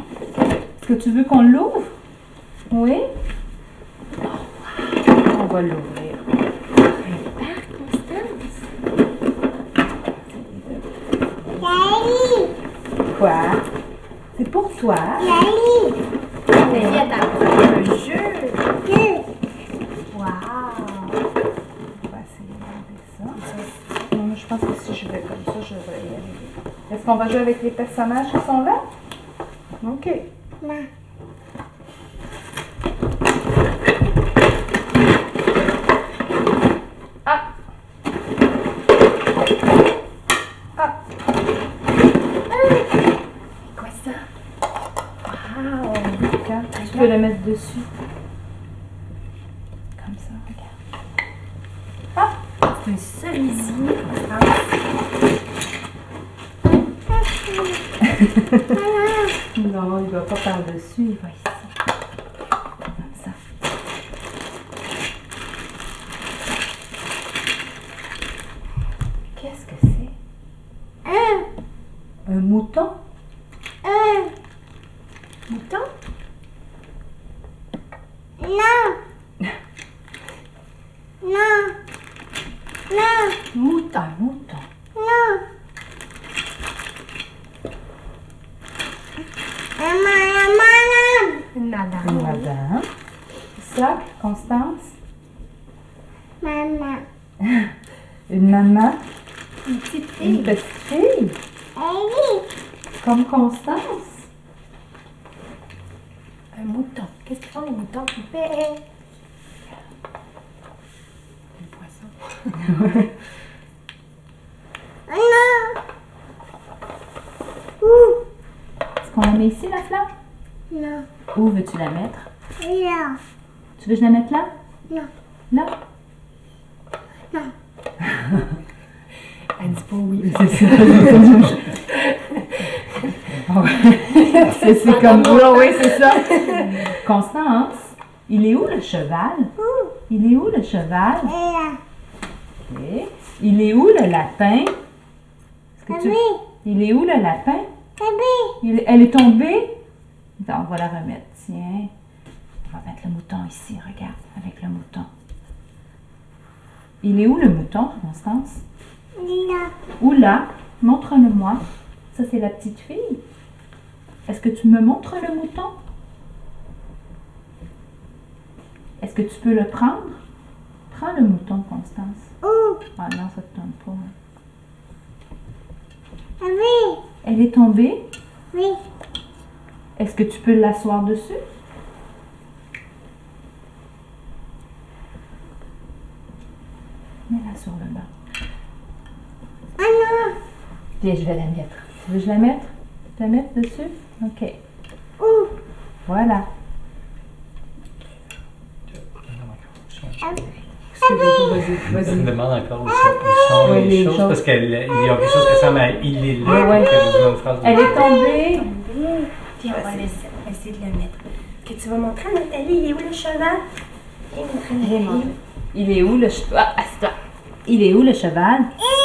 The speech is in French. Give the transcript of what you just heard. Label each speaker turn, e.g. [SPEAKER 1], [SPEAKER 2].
[SPEAKER 1] Est-ce que tu veux qu'on l'ouvre? Oh,
[SPEAKER 2] Oui?
[SPEAKER 1] On va l'ouvrir.
[SPEAKER 2] Par Constance.
[SPEAKER 3] Lali,
[SPEAKER 1] Quoi? C'est pour toi.
[SPEAKER 3] Lali,
[SPEAKER 2] Vas-y, attends.
[SPEAKER 1] Un jeu.
[SPEAKER 3] deux.
[SPEAKER 2] Wow!
[SPEAKER 1] On va essayer de garder ça. Hum, Je pense que si je vais comme ça, je vais y arriver. Est-ce qu'on va jouer avec les personnages qui sont là? OK.
[SPEAKER 3] Non.
[SPEAKER 1] Ah! Ah!
[SPEAKER 2] C'est quoi ça?
[SPEAKER 1] Wow! Regarde, tu peux le mettre dessus. Comme ça, regarde. Ah!
[SPEAKER 2] C'est un cerisier, Constance.
[SPEAKER 1] Ah, Non, il ne va pas par-dessus, il va ici. Comme ça. Qu'est-ce que c'est?
[SPEAKER 3] Un,
[SPEAKER 1] Un mouton?
[SPEAKER 3] un,
[SPEAKER 2] Mouton?
[SPEAKER 3] non. Non, non,
[SPEAKER 2] Mouton.
[SPEAKER 1] Un mouton.
[SPEAKER 3] non. Maman, maman,
[SPEAKER 2] Une
[SPEAKER 1] Une
[SPEAKER 2] madame.
[SPEAKER 1] madame. Ça, Constance?
[SPEAKER 3] maman.
[SPEAKER 1] Une maman?
[SPEAKER 2] Une petite
[SPEAKER 1] Une
[SPEAKER 2] fille.
[SPEAKER 1] petite fille?
[SPEAKER 3] Lali,
[SPEAKER 1] Comme Constance?
[SPEAKER 2] Un mouton. Qu'est-ce qu'ils font les moutons? Ils paient. Le poisson.
[SPEAKER 3] non. Ouh,
[SPEAKER 1] Est-ce qu'on la met ici, la flamme?
[SPEAKER 3] non,
[SPEAKER 1] Où veux-tu la mettre?
[SPEAKER 3] là,
[SPEAKER 1] Tu veux que je la mette là?
[SPEAKER 3] non,
[SPEAKER 1] Là?
[SPEAKER 3] non.
[SPEAKER 2] Elle dit pas oui.
[SPEAKER 1] C'est ça. Ouais. c'est c'est comme ça, oui, c'est ça. Constance, il est où le cheval? Il est où le cheval?
[SPEAKER 3] Là,
[SPEAKER 1] Ok. Il est où le lapin? Est-ce que tu-
[SPEAKER 3] bébé,
[SPEAKER 1] Il est où le lapin?
[SPEAKER 3] bébé,
[SPEAKER 1] Il- Elle est tombée? Attends, on va la remettre. Tiens. On va mettre le mouton ici, regarde, avec le mouton. Il est où le mouton, Constance?
[SPEAKER 3] là,
[SPEAKER 1] Oula, montre-le-moi. Ça, c'est la petite fille. Est-ce que tu me montres le mouton? Est-ce que tu peux le prendre? Prends le mouton, Constance.
[SPEAKER 3] ouh,
[SPEAKER 1] Ah non, ça te tombe pas. hein.
[SPEAKER 3] bébé,
[SPEAKER 1] Elle est tombée.
[SPEAKER 3] oui,
[SPEAKER 1] Est-ce que tu peux l'asseoir dessus? Mets-la sur le banc.
[SPEAKER 3] ah non.
[SPEAKER 1] Puis je vais la mettre. Tu veux que je la mette? Je la mettre dessus? OK. Oh.
[SPEAKER 3] Ouh,
[SPEAKER 1] Voilà.
[SPEAKER 3] ah,
[SPEAKER 4] Elle me demande encore où ça- où sont
[SPEAKER 1] Ah, Oui, les
[SPEAKER 4] les choses
[SPEAKER 1] choses.
[SPEAKER 4] parce qu'elle il y a quelque chose qui ressemble à il est là.
[SPEAKER 1] Ouais, ouais.
[SPEAKER 4] donc Elle vous donne une phrase de-
[SPEAKER 1] Elle est tombée.
[SPEAKER 2] Puis on va laisser- essayer de le mettre. Que tu vas montrer à Nathalie, il est où le cheval? Et montrer à Nathalie.
[SPEAKER 1] Il est où le cheval? Ah, c'est toi. Il est où le cheval?
[SPEAKER 3] et